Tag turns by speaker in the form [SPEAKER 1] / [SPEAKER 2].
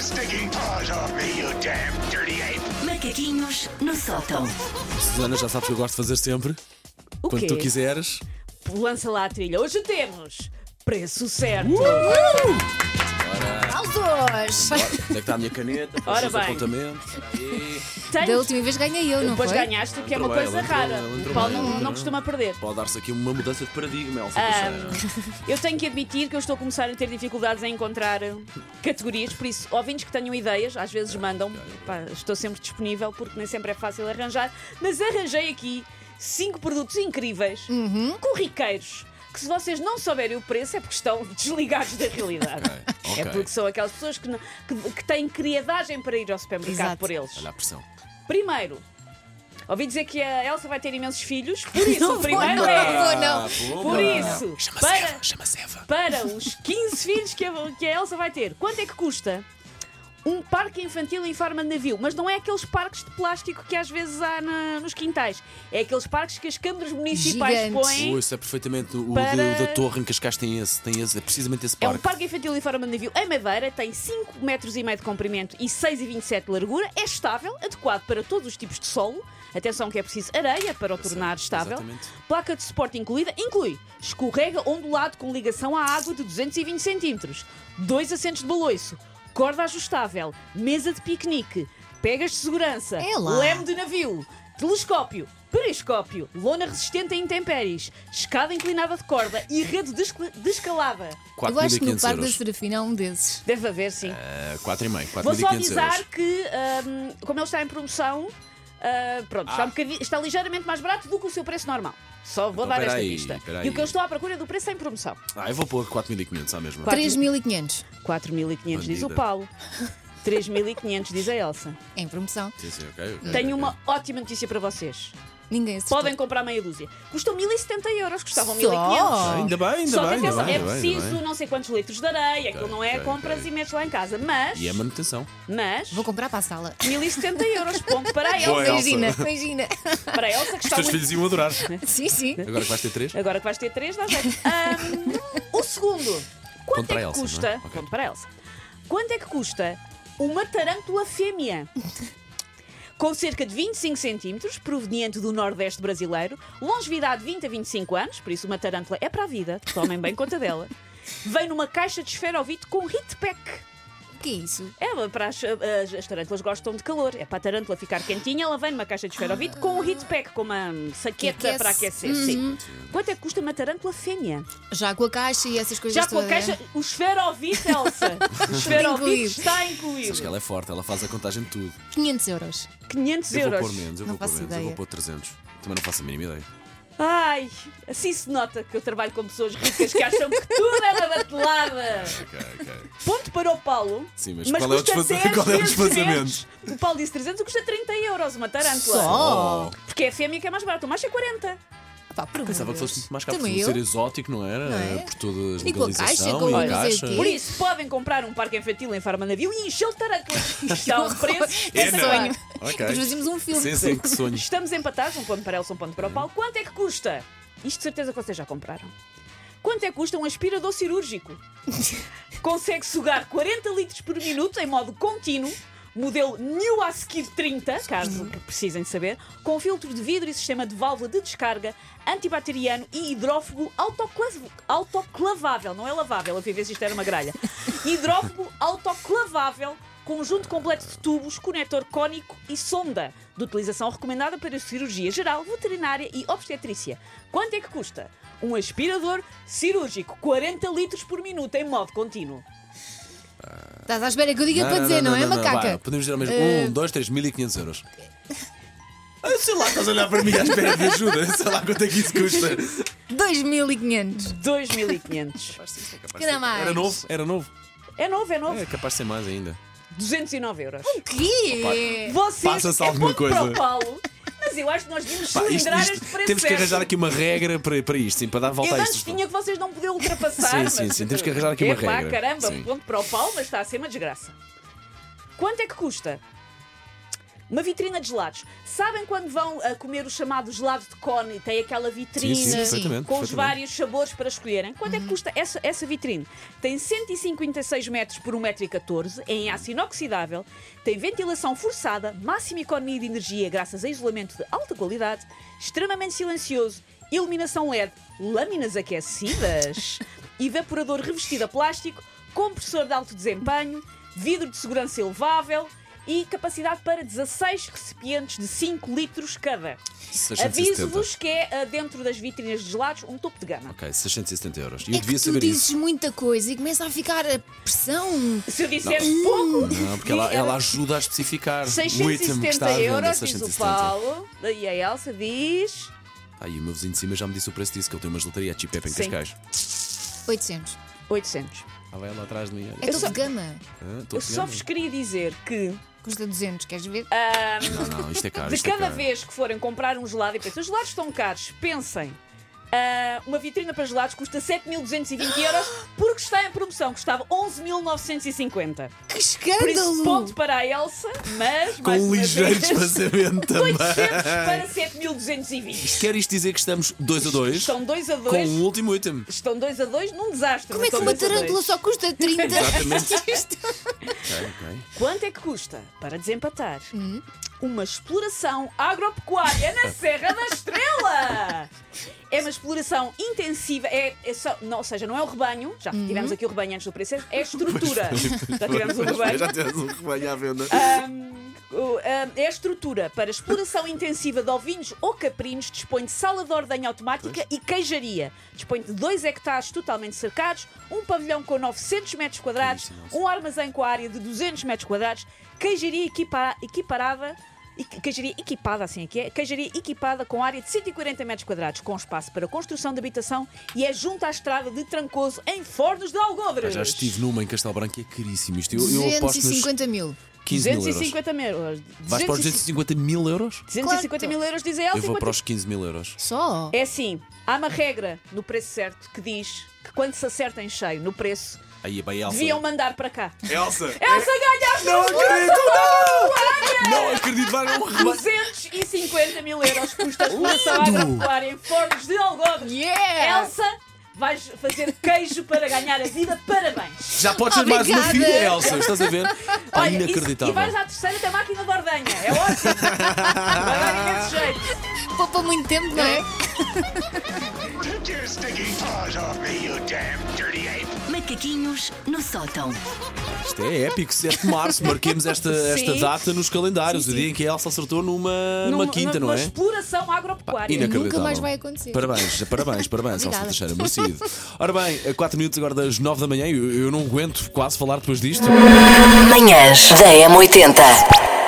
[SPEAKER 1] stinking paws off me, you damn dirty ape!
[SPEAKER 2] Macaquinhos no sótão.
[SPEAKER 3] Susana, já sabes que eu gosto de fazer sempre.
[SPEAKER 4] O
[SPEAKER 3] Quando
[SPEAKER 4] quê?
[SPEAKER 3] tu quiseres.
[SPEAKER 4] Lança lá a trilha. Hoje temos preço certo.
[SPEAKER 3] Uh!
[SPEAKER 5] Aos dois!
[SPEAKER 3] Onde é que está a minha caneta?
[SPEAKER 4] Ora
[SPEAKER 3] Os
[SPEAKER 4] bem.
[SPEAKER 3] apontamentos.
[SPEAKER 4] Tens-
[SPEAKER 5] Da última vez ganhei eu, não
[SPEAKER 4] Depois
[SPEAKER 5] foi?
[SPEAKER 4] ganhaste, o que é uma
[SPEAKER 3] Entrou
[SPEAKER 4] coisa
[SPEAKER 3] bem, ela
[SPEAKER 4] rara.
[SPEAKER 3] entrou- ela entrou
[SPEAKER 4] o Paulo
[SPEAKER 3] bem,
[SPEAKER 4] não,
[SPEAKER 3] entrou
[SPEAKER 4] não
[SPEAKER 3] bem.
[SPEAKER 4] costuma perder.
[SPEAKER 3] Pode dar-se aqui uma mudança de paradigma, Elsa.
[SPEAKER 4] Ahm,
[SPEAKER 3] Teixeira.
[SPEAKER 4] eu tenho que admitir que eu estou a começar a ter dificuldades em encontrar eh, categorias, por isso, ouvintes que tenham ideias, às vezes mandam, Pá, estou sempre disponível porque nem sempre é fácil arranjar, mas arranjei aqui cinco produtos incríveis,
[SPEAKER 5] Uhum.
[SPEAKER 4] corriqueiros. Que se vocês não souberem o preço é porque estão desligados da realidade.
[SPEAKER 3] Ok, ok.
[SPEAKER 4] É porque são aquelas pessoas que, não- que- que têm criadagem para ir ao supermercado
[SPEAKER 5] Exato.
[SPEAKER 4] por eles.
[SPEAKER 3] Olha a pressão.
[SPEAKER 4] Primeiro, ouvi dizer que a Elsa vai ter imensos filhos, por isso
[SPEAKER 5] Não
[SPEAKER 4] o
[SPEAKER 5] vou,
[SPEAKER 4] primeiro
[SPEAKER 5] não
[SPEAKER 4] é.
[SPEAKER 5] vou, não.
[SPEAKER 3] boa.
[SPEAKER 4] Por isso,
[SPEAKER 3] Ah, Chama-se Eva.
[SPEAKER 4] para,
[SPEAKER 3] Chama-se Eva.
[SPEAKER 4] para os 15 filhos que a, que a Elsa vai ter, quanto é que custa? Um parque infantil em forma de navio, mas não é aqueles parques de plástico que às vezes há na- nos quintais. É aqueles parques que as câmaras municipais
[SPEAKER 5] Gigantes.
[SPEAKER 4] põem.
[SPEAKER 3] Ui, isso é perfeitamente. O
[SPEAKER 4] Para-
[SPEAKER 3] de- da Torre em Cascais tem esse. Tem esse é precisamente esse
[SPEAKER 4] É um
[SPEAKER 3] parque.
[SPEAKER 4] parque infantil em forma de navio em madeira, tem 5 metros e meio de comprimento e 6,27 de largura, é estável, adequado para todos os tipos de solo. Atenção que é preciso areia para o tornar estável.
[SPEAKER 3] exatamente.
[SPEAKER 4] Placa de suporte incluída, inclui escorrega ondulado com ligação à água de 220 centímetros, dois assentos de baloiço, corda ajustável, mesa de piquenique, pegas de segurança,
[SPEAKER 5] É lá.
[SPEAKER 4] leme de navio, telescópio, periscópio, lona resistente a intempéries, escada inclinada de corda e rede de escla- de escalada.
[SPEAKER 5] Eu acho que no
[SPEAKER 3] 4.500
[SPEAKER 5] Parque da
[SPEAKER 3] euros.
[SPEAKER 5] Serafina há um desses.
[SPEAKER 4] Deve haver, sim.
[SPEAKER 3] Ah, 4,5.
[SPEAKER 4] Vou só
[SPEAKER 3] 4.500
[SPEAKER 4] avisar
[SPEAKER 3] euros.
[SPEAKER 4] que, hum, como ele está em promoção, ah, pronto, está, um bocadi- está ligeiramente mais barato do que o seu preço normal. Só vou
[SPEAKER 3] Então,
[SPEAKER 4] dar esta
[SPEAKER 3] peraí,
[SPEAKER 4] pista.
[SPEAKER 3] peraí.
[SPEAKER 4] E o que eu estou à procura é do preço em promoção.
[SPEAKER 3] Ah, eu vou pôr 4.500 à mesma.
[SPEAKER 4] Quatro-
[SPEAKER 5] 3.500
[SPEAKER 4] 4.500 diz o
[SPEAKER 3] Bandida.
[SPEAKER 4] Paulo. 3.500 diz a Elsa.
[SPEAKER 5] em promoção.
[SPEAKER 3] Sim, sim, ok, ok, ok.
[SPEAKER 4] Tenho uma ótima notícia para vocês.
[SPEAKER 5] Ninguém acertou.
[SPEAKER 4] Podem comprar meia dúzia. Custam 1.070 euros, custavam
[SPEAKER 5] Só?
[SPEAKER 4] 1.500.
[SPEAKER 3] Ainda bem, ainda
[SPEAKER 4] Só que
[SPEAKER 3] bem. ainda
[SPEAKER 4] atenção,
[SPEAKER 3] bem,
[SPEAKER 4] é
[SPEAKER 3] ainda bem, ainda
[SPEAKER 4] preciso
[SPEAKER 3] bem.
[SPEAKER 4] não sei quantos litros de areia, aquilo não é
[SPEAKER 3] ok,
[SPEAKER 4] compras
[SPEAKER 3] ok.
[SPEAKER 4] e metes lá em casa. Mas,
[SPEAKER 3] E é manutenção.
[SPEAKER 4] mas,
[SPEAKER 5] Vou comprar para a sala.
[SPEAKER 4] 1.070 euros, ponto para a
[SPEAKER 3] Boa, é
[SPEAKER 4] Elsa.
[SPEAKER 5] Imagina, imagina.
[SPEAKER 4] Para a Elsa que
[SPEAKER 3] Os
[SPEAKER 4] está
[SPEAKER 3] teus
[SPEAKER 4] muito
[SPEAKER 3] filhos iam adorar.
[SPEAKER 5] Sim, sim.
[SPEAKER 3] Agora que vais ter 3.
[SPEAKER 4] Agora que vais ter três, dá jeito. Ahm, o segundo. Quanto
[SPEAKER 3] para
[SPEAKER 4] é que
[SPEAKER 3] Elsa,
[SPEAKER 4] custa?
[SPEAKER 3] não é? Ok.
[SPEAKER 4] Ponto para a Elsa. Quanto é que custa uma tarântula fêmea? Com cerca de 25 centímetros, proveniente do Nordeste brasileiro, longevidade 20 a 25 anos, por isso uma tarântula é para a vida, tomem bem conta dela. Vem numa caixa de esferovite com hitpack.
[SPEAKER 5] O que é isso?
[SPEAKER 4] É para as, as, as tarântulas gostam de calor, é para a tarântula ficar quentinha, ela vem numa caixa de esferovite com um hitpack, com uma saqueta
[SPEAKER 5] Que aquece. Uhum.
[SPEAKER 4] para aquecer. Sim. Quanto é que custa uma tarântula fêmea?
[SPEAKER 5] Já com a caixa e essas coisas
[SPEAKER 4] Já com a
[SPEAKER 5] todas.
[SPEAKER 4] caixa, o esferovite, Elsa. O esferovite
[SPEAKER 5] Incluído.
[SPEAKER 4] está
[SPEAKER 3] Sabes que
[SPEAKER 4] incluído.
[SPEAKER 3] ela é forte, ela faz a contagem de tudo.
[SPEAKER 5] 500 euros.
[SPEAKER 4] 500
[SPEAKER 3] Eu vou
[SPEAKER 4] euros.
[SPEAKER 3] pôr menos, eu
[SPEAKER 5] Não
[SPEAKER 3] vou pôr
[SPEAKER 5] faço
[SPEAKER 3] menos, eu vou
[SPEAKER 5] ideia.
[SPEAKER 3] pôr 300. Também não faço a mínima ideia.
[SPEAKER 4] Ai, assim se nota que eu trabalho com pessoas ricas que acham que tudo é uma batelada.
[SPEAKER 3] Ok, ok.
[SPEAKER 4] Ponto para o Paulo.
[SPEAKER 3] Sim, mas qual é o
[SPEAKER 4] custa
[SPEAKER 3] desfaze-
[SPEAKER 4] 10
[SPEAKER 3] qual é o
[SPEAKER 4] vezes
[SPEAKER 3] desfazamento?
[SPEAKER 4] menos. O Paulo disse 300, custa 30 euros uma tarântula.
[SPEAKER 3] Oh!
[SPEAKER 5] Só?
[SPEAKER 4] Porque é a fêmea que é mais barata, o macho é 40.
[SPEAKER 5] Pá, por amor
[SPEAKER 3] Pensava
[SPEAKER 5] de
[SPEAKER 3] que um. fosse
[SPEAKER 5] Deus.
[SPEAKER 3] muito mais caro, por
[SPEAKER 5] Também
[SPEAKER 3] ser
[SPEAKER 5] eu.
[SPEAKER 3] exótico, não era?
[SPEAKER 5] Não é?
[SPEAKER 3] Por todas as
[SPEAKER 5] E com a caixa,
[SPEAKER 3] localização
[SPEAKER 5] com
[SPEAKER 3] e
[SPEAKER 5] o
[SPEAKER 3] a
[SPEAKER 5] não sei
[SPEAKER 3] caixa.
[SPEAKER 5] o quê.
[SPEAKER 4] Por isso, podem comprar um parque infantil em forma de navio e encher de tarântulas. Isto é um preço.
[SPEAKER 5] É
[SPEAKER 4] espetacular.
[SPEAKER 5] sonho.
[SPEAKER 3] Ok.
[SPEAKER 5] Depois fazemos um filme.
[SPEAKER 3] Sim, sim, que sonho.
[SPEAKER 4] Estamos empatados, um ponto para Elsa, um ponto para o Paulo. Quanto é que custa? Isto de certeza que vocês já compraram. Quanto é que custa um aspirador cirúrgico? Consegue sugar 40 litros por minuto em modo contínuo, modelo New Askid 30, caso que precisem de saber, com filtro de vidro e sistema de válvula de descarga, antibacteriano e hidrófobo autoclav- autoclavável. Não é lavável, a viver se isto era uma gralha. Hidrófobo autoclavável, conjunto completo de tubos, conector cônico e sonda, de utilização recomendada para cirurgia geral, veterinária e obstetrícia. Quanto é que custa? Um aspirador cirúrgico, 40 litros por minuto em modo contínuo.
[SPEAKER 5] Estás à espera que eu diga para dizer, não, é, macaca?
[SPEAKER 3] Vá, podemos dizer ao mesmo.
[SPEAKER 5] Eh,
[SPEAKER 3] 1, 2, 3, 1.500 euros. Ah, Sei lá, estás a olhar para mim à espera de ajuda. Sei lá quanto é que isso custa.
[SPEAKER 5] 2.500.
[SPEAKER 4] 2.500.
[SPEAKER 5] Cada mais.
[SPEAKER 3] Era novo, era novo.
[SPEAKER 4] É novo, é novo.
[SPEAKER 3] É capaz de ser mais ainda.
[SPEAKER 4] 209 euros.
[SPEAKER 5] O quê?
[SPEAKER 4] Vocês
[SPEAKER 3] É. Passa-se
[SPEAKER 4] é
[SPEAKER 3] alguma
[SPEAKER 4] ponto
[SPEAKER 3] coisa.
[SPEAKER 4] para o Paulo, mas eu acho que nós devíamos
[SPEAKER 3] Pá, isto-
[SPEAKER 4] cilindrar
[SPEAKER 3] isto-
[SPEAKER 4] este preço.
[SPEAKER 3] temos que
[SPEAKER 4] certo.
[SPEAKER 3] arranjar aqui uma regra para, para isto, sim, para dar volta
[SPEAKER 4] Eu
[SPEAKER 3] a
[SPEAKER 4] antes
[SPEAKER 3] isto. pá.
[SPEAKER 4] tinha que vocês não podiam ultrapassar.
[SPEAKER 3] Sim, sim,
[SPEAKER 4] mas-
[SPEAKER 3] sim, temos que arranjar aqui uma
[SPEAKER 4] Epá,
[SPEAKER 3] regra.
[SPEAKER 4] caramba,
[SPEAKER 3] Sim.
[SPEAKER 4] ponto para o Paulo, mas está a ser uma desgraça. Quanto é que custa? Uma vitrina de gelados. Sabem quando vão a comer o chamado gelado de cone e tem aquela vitrina
[SPEAKER 3] sim, perfeitamente,
[SPEAKER 4] com os
[SPEAKER 3] perfeitamente.
[SPEAKER 4] vários sabores para escolherem? Quanto é que custa essa, essa vitrine? Tem 156 metros por 1,14m, é em aço inoxidável, tem ventilação forçada, máxima economia de energia graças a isolamento de alta qualidade, extremamente silencioso, iluminação LED, lâminas aquecidas, evaporador revestido a plástico, compressor de alto desempenho, vidro de segurança elevável e capacidade para 16 recipientes de 5 litros cada.
[SPEAKER 3] 670.
[SPEAKER 4] Aviso-vos que é ah, dentro das vitrinas de gelados um topo de gama.
[SPEAKER 3] Ok, 670 euros. E eu
[SPEAKER 5] É que
[SPEAKER 3] devia
[SPEAKER 5] tu
[SPEAKER 3] saber
[SPEAKER 5] dizes
[SPEAKER 3] isso.
[SPEAKER 5] muita coisa e começa a ficar a pressão.
[SPEAKER 4] Se eu disser pouco.
[SPEAKER 3] Não, porque ela, ela ajuda a especificar. Muito-me que está
[SPEAKER 4] 670
[SPEAKER 3] à venda,
[SPEAKER 4] euros, diz o
[SPEAKER 3] 670.
[SPEAKER 4] Paulo. E a Elsa diz.
[SPEAKER 3] Ah, e o meu vizinho de cima já me disse o preço disso, que ele tem uma gelataria a Chip em
[SPEAKER 4] Sim.
[SPEAKER 3] Cascais.
[SPEAKER 5] 800.
[SPEAKER 4] 800.
[SPEAKER 3] Ah, vai ela atrás de mim. olha.
[SPEAKER 5] É topo
[SPEAKER 4] só-
[SPEAKER 5] de gama.
[SPEAKER 3] Ah, tô
[SPEAKER 4] Eu só
[SPEAKER 3] pegando.
[SPEAKER 4] vos queria dizer que
[SPEAKER 5] Custa 200, queres ver?
[SPEAKER 4] Ah,
[SPEAKER 3] Não, não, isto é caro.
[SPEAKER 4] de
[SPEAKER 3] isto é
[SPEAKER 4] cada
[SPEAKER 3] caro.
[SPEAKER 4] vez que forem comprar um gelado e pensem, os gelados estão caros, pensem. ah, uma vitrina para gelados custa 7.220 euros porque está em promoção, custava 11.950.
[SPEAKER 5] que
[SPEAKER 4] Por isso,
[SPEAKER 5] escândalo!
[SPEAKER 4] ponto para a Elsa, mas.
[SPEAKER 3] Com
[SPEAKER 4] mais
[SPEAKER 3] um
[SPEAKER 4] uma
[SPEAKER 3] ligeiro
[SPEAKER 4] vez,
[SPEAKER 3] espaçamento também.
[SPEAKER 4] 800 para 7.220.
[SPEAKER 3] Quer isto dizer que estamos 2 a 2
[SPEAKER 4] Estão 2 a 2.
[SPEAKER 3] com um. o último item?
[SPEAKER 4] Estão 2 a 2 num desastre.
[SPEAKER 5] Como
[SPEAKER 4] mas
[SPEAKER 5] é que
[SPEAKER 4] estão
[SPEAKER 5] uma
[SPEAKER 4] dois a dois.
[SPEAKER 5] tarântula só custa 30?
[SPEAKER 3] Exatamente.
[SPEAKER 5] Isto- é
[SPEAKER 3] Ok, ok.
[SPEAKER 4] Quanto é que custa para desempatar
[SPEAKER 5] Hum?
[SPEAKER 4] uma exploração agropecuária na Serra da Estrela? É uma exploração intensiva, é, é só- não, ou seja, não é o rebanho, já
[SPEAKER 5] Uhum.
[SPEAKER 4] tivemos aqui o rebanho antes do preço, é a estrutura. já tivemos o
[SPEAKER 3] Pois bem,
[SPEAKER 4] rebanho.
[SPEAKER 3] Já tivemos um rebanho à venda.
[SPEAKER 4] O, ah, É a estrutura para exploração intensiva de ovinhos ou caprinos, dispõe de sala de ordenha automática e queijaria. Dispõe de 2 hectares totalmente cercados, um pavilhão com 900 metros quadrados, um armazém com a área de 200 metros quadrados, queijaria equipa- equiparada. e- Queijaria equipada, assim aqui é, queijaria equipada com área de 140 metros quadrados, com espaço para construção de habitação e é junto à estrada de Trancoso, em Fornos de
[SPEAKER 3] Pá,
[SPEAKER 4] Algodres.
[SPEAKER 3] Já estive numa em Castelo Branco e é caríssimo isto. Eu, eu aposto nos
[SPEAKER 5] 250 mil.
[SPEAKER 3] 15 mil euros.
[SPEAKER 4] 250 mil euros.
[SPEAKER 3] Vais para os 250 mil euros?
[SPEAKER 4] 250 mil euros, diz a Elsa.
[SPEAKER 3] Eu vou
[SPEAKER 4] enquanto
[SPEAKER 3] para os 15 mil euros.
[SPEAKER 5] Só?
[SPEAKER 4] É assim, há uma regra no preço certo que diz que quando se acerta em cheio no preço,
[SPEAKER 3] Aí, é bem, Elsa.
[SPEAKER 4] deviam mandar para cá.
[SPEAKER 3] Elsa!
[SPEAKER 4] Elsa ganhaste um
[SPEAKER 3] Não acredito! Não! Não acredito! Vai um rebanho!
[SPEAKER 4] 250 mil euros custa a
[SPEAKER 3] Uh!
[SPEAKER 4] exploração
[SPEAKER 3] Lindo!
[SPEAKER 4] agropecuária em Fornos de Algodres.
[SPEAKER 5] Yeah!
[SPEAKER 4] Elsa, vais fazer queijo para ganhar a vida, parabéns.
[SPEAKER 3] Já podes ser mais uma
[SPEAKER 5] Obrigada.
[SPEAKER 3] filha, Elsa! Estás a ver? Pá,
[SPEAKER 4] Olha, isso- E
[SPEAKER 3] Tá inacreditável!
[SPEAKER 4] vais à terceira até máquina de ordenha, é ótimo. Vai dar imenso jeito.
[SPEAKER 5] Poupa muito tempo, não é?
[SPEAKER 1] Take your stinking paws off me, you damn dirty ape!
[SPEAKER 2] Macaquinhos no sótão.
[SPEAKER 3] Isto é épico, 7 de março, marquemos esta, esta
[SPEAKER 4] Sim.
[SPEAKER 3] data nos calendários, o dia em que a Elsa acertou numa, numa, quinta,
[SPEAKER 4] numa
[SPEAKER 3] não é?
[SPEAKER 4] exploração
[SPEAKER 3] Pá,
[SPEAKER 4] agropecuária.
[SPEAKER 3] inacreditável.
[SPEAKER 5] Nunca mais vai acontecer.
[SPEAKER 3] Parabéns, parabéns, parabéns, Elsa
[SPEAKER 5] Obrigada.
[SPEAKER 3] Teixeira, merecido. Ora bem, a 4 minutos agora das 9 da manhã, eu, eu não aguento quase falar depois disto.
[SPEAKER 2] Manhãs da M80.